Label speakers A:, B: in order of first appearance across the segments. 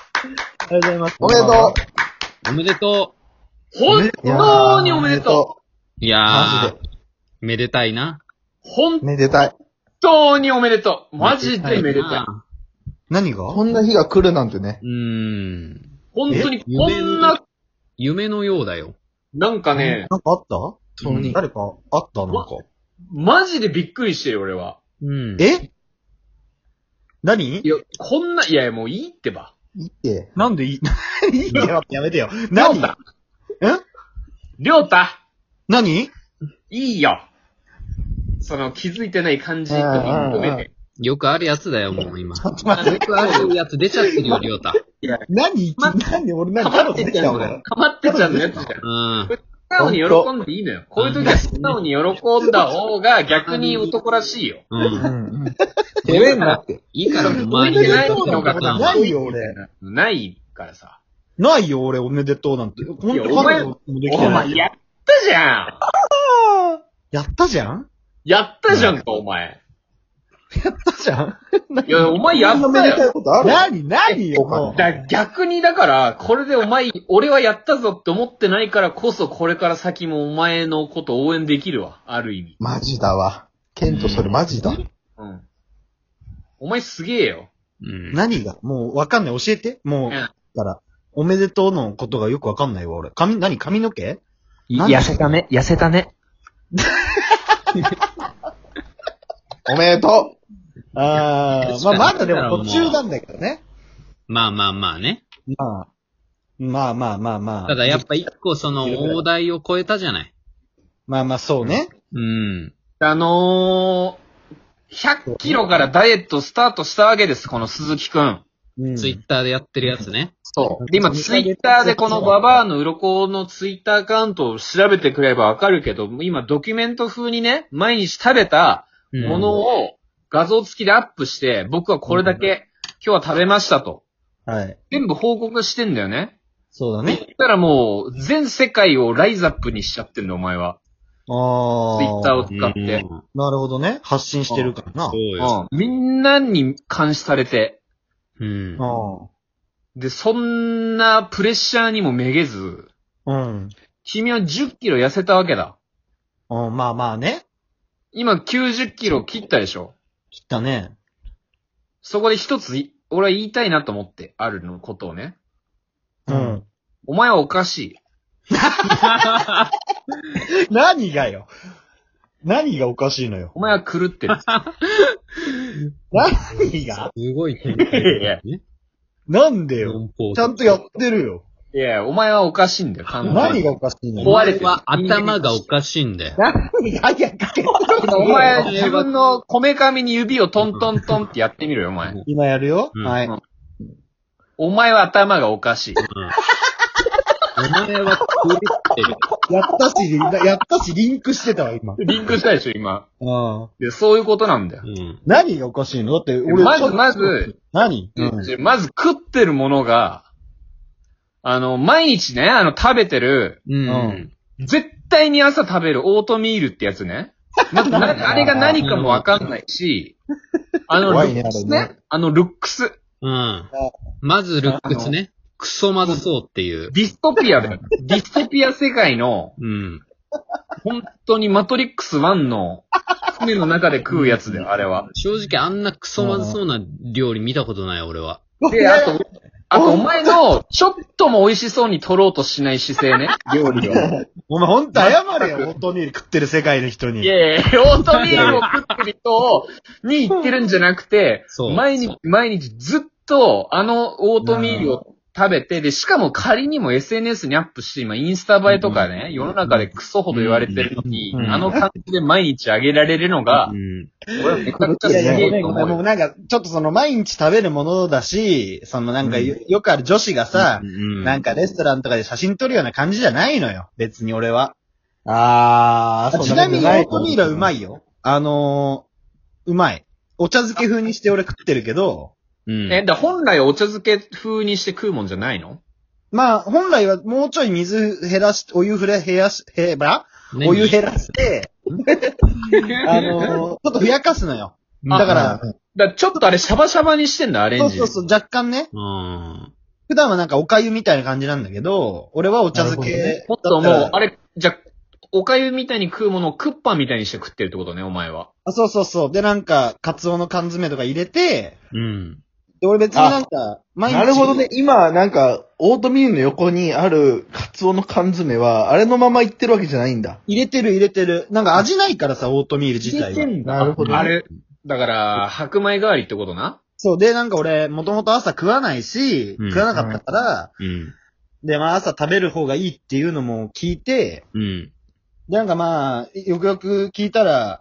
A: ありがとうございます。
B: おめでとう
C: おめでと
D: 本当におめでと
C: う。いやー、めでたいな。
D: う。本
B: うめでたい。
D: 当におめでとう。マジでめでたい。
C: な
A: 何が
B: こんな日が来るなんてね。
C: うーん。
D: 本当にこ
C: 夢
D: んな
C: の、、夢のようだよ。
D: なんかね、
A: なんかあった
C: その
A: 誰かあったなんか。
D: マジでびっくりしてる俺は。
C: うん。
A: え何
D: いや、こんな、いやいやもういいってば。
B: いいって。
A: なんでいい、いいってやめてよ。
D: りょう
A: 何
D: たりょうた
A: 何
D: いいよ。その気づいてない感じと
B: うん
D: か
B: うんうん
D: 含めて。
C: よくあるやつだよ、もう今。
A: ちょっと待って。
C: よくあるやつ出ちゃってるよ、りょうた。
A: 何何俺何
D: かま
A: 太郎
D: って
A: 出
D: っ
A: て
D: ち
A: き
D: ゃ
A: た
D: うの
A: 俺
D: よ。。かまってっちゃうのやつじゃん。
C: うん。
D: 素直に喜んでいいのよ。こういう時は素直に喜んだ方が逆に男らしいよ。
C: う。
B: うんん。
C: 照れんな
B: って。
C: いいから、お
D: い
C: 前に
D: て
C: 言
D: ない
C: っ
D: の
C: と
D: が
C: かさ。
B: ないよ、俺。
D: ないからさ。
A: ないよ、俺、おめでとうなんて。ほん
D: いや
A: と、
D: お前
A: 彼女もできて
D: お
A: ない
D: 前、
A: よ。
D: やったじゃん
A: やったじゃん
D: やったじゃんか、お前。
A: やったじゃん
D: いや、お前や
B: あんな
D: っ
B: め
D: た
B: でた
D: よ。
B: いことある
A: 何何よ、もう。
D: だ逆にだから、これでお前、俺はやったぞって思ってないからこそ、これから先もお前のこと応援できるわ。ある意味。
B: マジだわ。ケントそれマジだ。
D: うん。お前すげえよ。
C: うん。
A: 何がもうわかんない。教えて。も
D: うん
A: う、から。おめでとうのことがよくわかんないわ、俺。髪、何髪の毛なんだ
E: 痩せたね、痩せたね。
B: おめでと
A: あー、まあまだでも途中なんだけどね。
C: まあまあまあね。
A: まあ。まあまあまあまあ。
C: ただやっぱ一個その大台を超えたじゃない。
A: まあまあそうね。
C: うん。
D: あのー、100キロからダイエットスタートしたわけです、この鈴木くん。
A: うん
C: ツイッターでやってるやつね。
D: そう。で、今、ツイッターでこのババアの鱗のツイッターアカウントを調べてくれればわかるけど、今、ドキュメント風にね、毎日食べた
C: うん
D: ものを画像付きでアップして、僕はこれだけ今日は食べましたと。
A: はい。
D: 全部報告してんだよね。
A: そうだね。
D: だからもう、全世界をライズアップにしちゃってんだ、お前は。
A: あ
D: ツ
A: あ。
D: イッターを使っ
C: うん
D: て。
A: なるほどね。発信してるからな。
C: そうよ。
D: うん。みんなに監視されて。
C: うん。
D: で、そんなプレッシャーにもめげず、
A: うん。うん。
D: 君は10キロ痩せたわけだ。
A: うんまあまあね。
D: 今90キロ切ったでしょ
A: 切ったね。
D: そこで一つい、俺は言いたいなと思って、あるのことをね。
A: うん。
D: お前はおかしい。
A: 何がよ。何がおかしいのよ。
D: お前は狂ってる。
A: 何が
C: すごい。
D: いや
C: ね
A: なんでよ。
C: 四方
A: ちゃんとやってるよ。
D: いや、お前はおかしいんだよ、完全
A: 何
D: に。
A: がおかしいのよ。
D: 壊れ
C: お
D: て
C: 前は頭がおかしいんだよ。
A: 何が早くけ
D: お前、自分のこめかみに指をトントントンってやってみろよ、お前。
A: 今やるよ。
C: うん
A: はい。
D: お前は頭がおかしい。
C: お前は狂ってる。
A: やったし、やったし、リンクしてたわ、今。
D: リンクしたでしょ、今。
A: うん。
D: で、そういうことなんだよ。
C: うん。
A: 何がおかしいのだって、俺、
D: ま
A: ちょっ
D: ず、
A: と
D: ま、ず、
A: 何うん。
D: まず食ってるものが、あの、毎日ね、あの、食べてる、
C: うん。
D: 絶対に朝食べるオートミールってやつね。 まずなあれが何かもわかんないし、あの、
B: 怖
D: ル
B: いね
D: ックス
B: あれ
D: ね。あの、ルックス。
C: うん。まずルックスね。クソまずそうっていう。
D: ディストピアだよ。ディストピア世界の、
C: うん。
D: 本当にマトリックス1の船の中で食うやつだよ、あれは。
C: 正直あんなクソまずそうな料理見たことない、俺は。
D: で、あと、あとお前の、ちょっとも美味しそうに取ろうとしない姿勢ね、料理を。
A: お前ほんと謝れよ、本当に食ってる世界の人
D: い
A: に。
D: やいや、オートミールを食ってる人をに言ってるんじゃなくて、
C: そう
D: 毎日、毎日ずっとあのオートミールを食べて、で、しかも仮にも SNS にアップして、今インスタ映えとかね、世の中でクソほど言われてるのに、
A: うん
D: あの感じで毎日あげられるのが
C: う、ん。
D: 俺はめちゃくちゃ
A: い
D: す
A: やい
D: げ
A: や、ご
D: え
A: めん
D: と
A: ごめん。も
D: 思
A: う
D: う。
A: なんか、ちょっとその、毎日食べるものだし、そのなんかよ、よくある女子がさ、なんかレストランとかで写真撮るような感じじゃないのよ。別に俺は。
E: あ
A: あちなみにオートミールはうまいよ。あのー、うまい。お茶漬け風にして俺食ってるけど、
C: うん。
D: え、だから本来お茶漬け風にして食うもんじゃないの
A: まあ、本来はもうちょい水減らし、お湯ふれ、減らし、減らお湯減らして、あのー、ちょっとふやかすのよ。だ
D: あ
A: から、
D: だからちょっとあれシャバシャバにしてんだ、アレ
A: そ
D: ン
A: う
D: ジ。
A: そうそう、若干ね。
C: うん。
A: 普段はなんかお粥みたいな感じなんだけど、俺はお茶漬
E: な
A: け。
D: もっともう、あれ、じゃ、お粥みたいに食うものをクッパみたいにして食ってるってことね、お前は。
A: あ、そうそうそう。で、なんか、カツオの缶詰とか入れて、
C: うん。
A: で、俺別になんか、毎日。
B: なるほどね。。今、なんか、オートミールの横にあるカツオの缶詰は、あれのままいってるわけじゃないんだ。
A: 入れてる入れてる。なんか味ないからさ、オートミール自体は。
B: なるほどね
D: あれ、だから、白米代わりってことな。
A: そう。で、なんか俺、もともと朝食わないし、
C: うん
A: 食わなかったから、
C: うん。
A: で、まあ朝食べる方がいいっていうのも聞いて、
C: うん。
A: で、なんかまあ、よくよく聞いたら、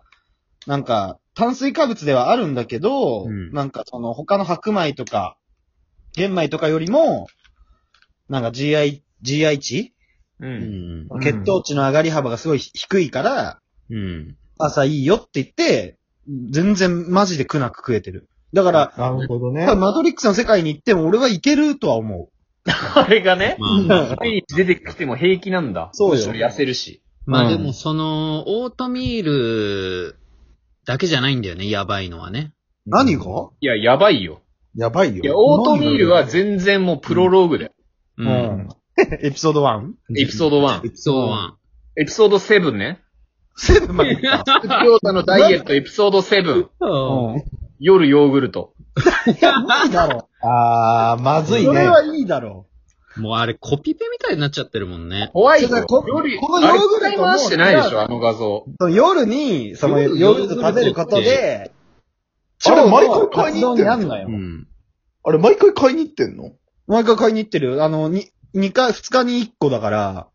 A: なんか、炭水化物ではあるんだけど、
C: うん
A: なんかその他の白米とか、玄米とかよりも、なんか GI、GI 値
D: う
C: う。ん。
B: ん
A: 血糖値の上がり幅がすごい低いから、
C: うん。
A: 朝いいよって言って、全然マジで苦なく食えてる。だから、
B: なるほどね
A: 多分マトリックスの世界に行っても俺はいけるとは思う。
D: あれがね、
C: まあ、
D: 毎日出てきても平気なんだ。
A: そうよ
D: むしろ痩せるし。
C: まあでもその、オートミールだけじゃないんだよね、やばいのはね。
A: 何が
D: いや、やばいよ。
B: やばいよ。
D: いや、オートミールは全然もうプロローグだよ。
C: う。
A: うんん。エピソード 1?
D: エピソード1。
C: そうは。
D: エピソード7ね。
A: セブンまで行っ た。
D: 副教太のダイエットエピソード7。
A: うん。
D: 夜ヨーグルト。
A: いや、無理だろ。
B: あー、まずい
A: それ
B: ね。
A: はいいだろ。
C: もうあれコピペみたいになっちゃってるもんね。
D: 怖いよ。
A: ちょっとこ
D: 夜、
A: このヨーグルト
D: あれ使い回してないでしょ、あの画像。
A: その夜に、その
C: 夜
A: ヨーグルト食べることで、
B: あれ、毎
A: の
B: 回買
A: 活
B: いに行
A: 動
B: っ
A: に
B: て
A: なんん
B: の
A: のよ
C: う。ん。
B: あれ、毎回買いに行ってんの
A: 毎回買いに行ってる。あの、に、二回、二日に一個だから、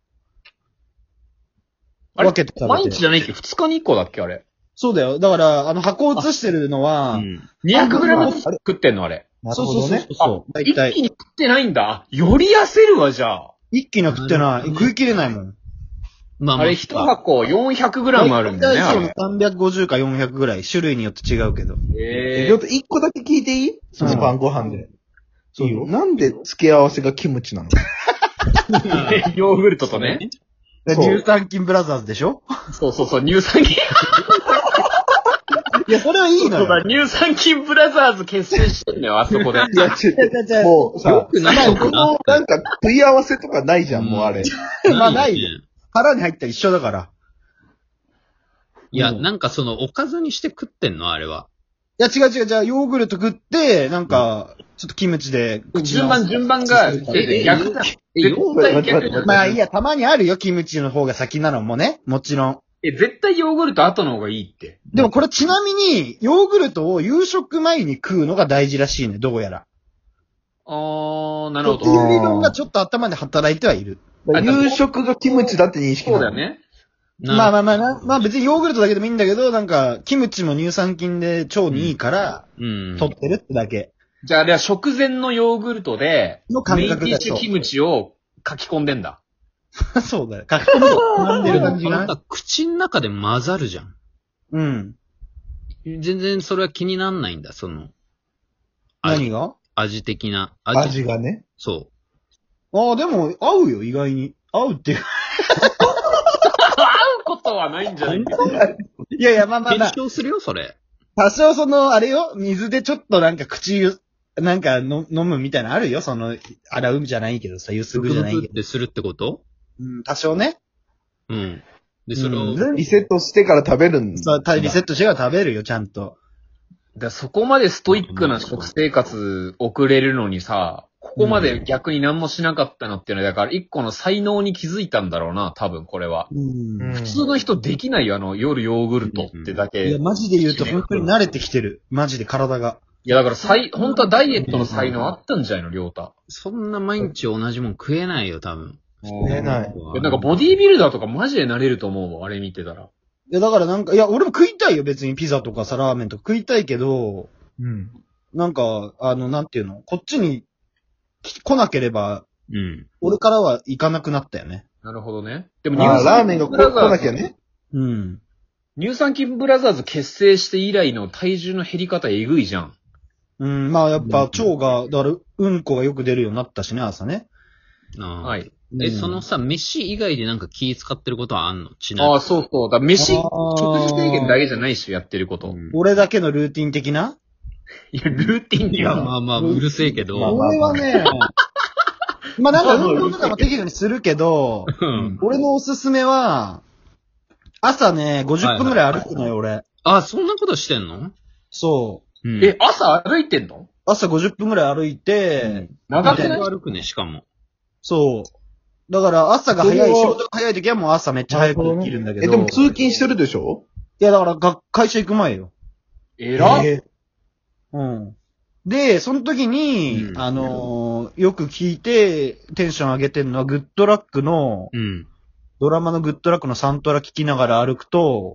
D: あれ
A: 分けて食べ
D: 毎
A: て
D: 日じゃないっけど、2日に1個だっけ、あれ。
A: そうだよ。だから、あの、箱を写してるのは、
D: 200g ずつ食ってんの、あれ。
B: な
A: そうそうそうそうそう。大
D: 一気
A: 体、
D: に食ってないんだ。より痩せるわ、じゃあ。
A: 一気には食ってない。食い切れないもん。
C: まあま
D: あれ、1箱 400g あるんだ
A: 大
D: よ
A: 体
D: ね、
A: そう350か400ぐらい。種類によって違うけど。
D: あれ。
B: え、
D: え
B: ちょっ
D: ー
B: と一個だけ聞いていいその晩ご飯で。
A: うん
B: いいよなんで付け合わせがキムチなの
D: ヨーグルトとね。
A: で
B: そう
A: 乳酸菌ブラザーズでしょ
D: そうそうそう、乳酸菌。
A: いや、それはいいの
D: そうだ
A: よ。
D: 乳酸菌ブラザーズ結成してんのよ、あそこで。
B: いや、ち
A: いやいやいや
B: もう
C: よ
B: さ、
C: くない
B: そこのなんか食い合わせとかないじゃん、もうあれ。
A: まあない
C: よね。
A: 腹に入ったら一緒だから。
C: いや、なんかその、おかずにして食ってんのあれは。
A: いや、違う違う違う。ヨーグルト食って、なんか、ちょっとキムチで口に合
D: 順
A: わせ
D: 番、
A: て
D: 順番が、
C: え
D: 逆だ。
C: え、
D: 絶
C: よ
D: 対逆じゃん
A: まあいいや、たまにあるよ、キムチの方が先なのもね。もちろん。
D: え、絶対ヨーグルト後の方がいいって。
A: でもこれちなみに、ヨーグルトを夕食前に食うのが大事らしいね、どうやら。
D: あー、な
A: な
D: るほど。
A: いう理論がちょっと頭で働いてはいる。
D: あ
B: 夕食がキムチだって認識
D: そうだ
B: な
D: よ
B: の。
D: ね。
A: まあまあまあな、まあ別にヨーグルトだけでもいいんだけど、なんか、キムチも乳酸菌で腸にいいから、
C: うん。
A: 取ってるってだけ。
D: じゃああれは食前のヨーグルトで、
A: の感
D: メイン
A: 覚
D: ティ
A: だ
D: ッシュ
A: と
D: キ。ムチを書き込んでんだ。
A: そうだよ。かっこいい。飲んでる感じ
C: な
A: が
C: ん
A: ない
C: か口の中で混ざるじゃん。
A: うん。
C: 全然それは気になんないんだ、その。
A: 何
C: 味
A: が
C: 味的な。
B: 味がね。
C: そ
A: ああ、でも、合うよ、意外に。合うっていう
D: 書くことはないんじゃないか。
A: いやいや、まあ
C: う。
A: まあま
C: 検
A: あ、
C: 証するよ、それ。
A: 多少その、あれよ、水でちょっとなんか口、なんかの飲むみたいなのあるよ、その、洗うじゃないけどさ、ゆすぐじゃない
C: ブ
A: け
C: っ
A: ど。
C: てするってこと
A: うん、多少ね。
C: うん。で、それを、
A: うん
B: リセットしてから食べるん
A: そう、たリセ
B: ッ
A: ットしてから食べるよ、ちゃんと。
D: だからそこまでストイックな食生活送れるのにさ、ここまで逆に何もしなかったのっていうのは、だから一個の才能に気づいたんだろうな、多分これは。
A: うん
B: うん
D: 普通の人できないよ、あの、夜ヨーグルトってだけ。
A: いや、
D: い
A: マジで言うと本当に慣れてきてる。マジで体が。
D: や、だからさい、本当はダイエットの才能あったんじゃないの、りょうた。
C: そんな毎日同じもん食えないよ、多分。
B: えない。
D: いやなんかボディービルダーとかマジでなれると思うわ、あれ見てたら。
A: いや、だからなんか、いや、俺も食いたいよ、別にピザとかさ、ラーメンとか食いたいけど、
B: うん。
A: なんか、あの、なんていうのこっちにき来なければ、
C: うん。
A: 俺からは行かなくなったよね。
D: なるほどね。でも
B: あーラーメンがこ
D: ブラ
B: 来
D: ザーズ
B: なきゃね。
A: うん。
D: 乳酸菌ブラザーズ結成して以来の体重の減り方えぐいじゃん。
A: うん、まあやっぱ腸が、だからうんこがよく出るようになったしね、朝ね。
C: ああ
D: はい。
C: え、
A: うん
C: そのさ、飯以外でなんか気使ってることはあんのちなみ
D: あ
C: に。
D: あ、そうそう。だから飯、
A: あー
D: 食事制限だけじゃないし、やってること。
C: うん
A: 俺だけのルーティン的ない
D: や、ルーティン
C: い
D: に
C: や、
D: は。
C: まあまあ、うるせえけど、
B: まあまあ
A: 俺はね、まあなんか運動とかも適度にするけど、
C: うん。
A: 俺のおすすめは、朝ね、50分ぐらい歩くのよ、俺。
C: あ、そんなことしてんの
A: そ
C: うん。
D: え、、朝歩いてんの
A: う。朝50分ぐらい歩いて、
D: 長
C: だ
D: く
C: け
D: ない
C: 悪くね、しかも。
A: そう。だから朝が早い、
B: それは
A: 仕事が早い時はもう朝めっちゃ早く起きるんだけ
B: え、
A: ど。
B: でも通勤してるでしょ
A: いやだからが会社行く前よ。
D: えら
B: え
A: うん。で、その時に、
C: うん
A: あのーよく聞いてテンション上げてるのはグッドラックの、
C: うん。
A: ドラマのグッドラックのサントラ聞きながら歩くと、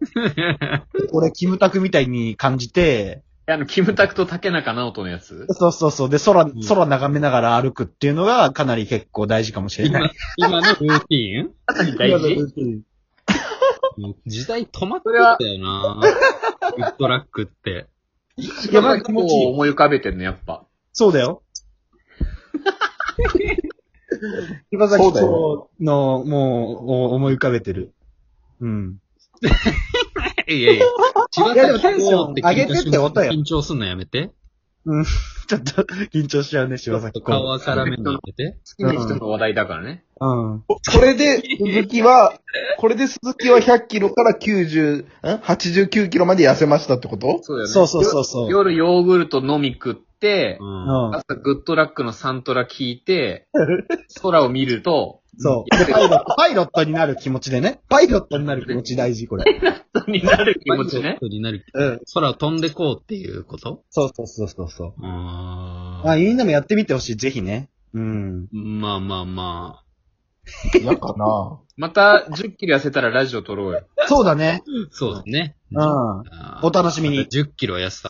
A: 俺、キムタクみたいに感じて、
D: あの、キムタクと竹中直人のやつ
A: そうそうそう。で、空、空眺めながら歩くっていうのがかなり結構大事かもしれない。
C: 今のルーティン
D: 朝に大事
C: もう時代止まってたよなグッドラック って。
D: いや、まあ、気持ちいい。思い浮かべてんの、やっぱ。
A: そうだよ。岩崎翔の、もう、を思い浮かべてる。うん。
C: いやいや。
A: いやでもテンション上げてってことよ
C: 緊張すんのやめて。
A: ちょっと、緊張しちゃうね、柴崎
C: 顔
A: 翔。
C: は絡めんのやめて。
D: 好きな人の話題だからね。
A: うん。
B: ここれで、鈴木は、これで鈴木は100キロから90、ん ?89 キロまで痩せましたってこと
D: そうだよね。
A: そうそうそうそう。
D: 夜ヨーグルト飲み食って、
C: うん。
A: うん。
D: 朝グッドラックのサントラ聞いて、空を見ると、
A: そう。でパイロット、パイロットになる気持ちでね。パイロットになる気持ち大事、これ。
D: 人 になる気持ちね。
C: になる。
A: うん。
C: 空を飛んでこうっていうこと
A: そうそうそうそうそう。
C: あ
A: まあ、みんなもやってみてほしい、ぜひね。うん。
C: ーまあまあま
B: 嫌かな
D: また10キロ痩せたらラジオ撮ろうよ。
A: そうだね。
C: あ。そうですね。
A: うん。
C: あー
A: お楽しみに。
C: 10キロ痩せた。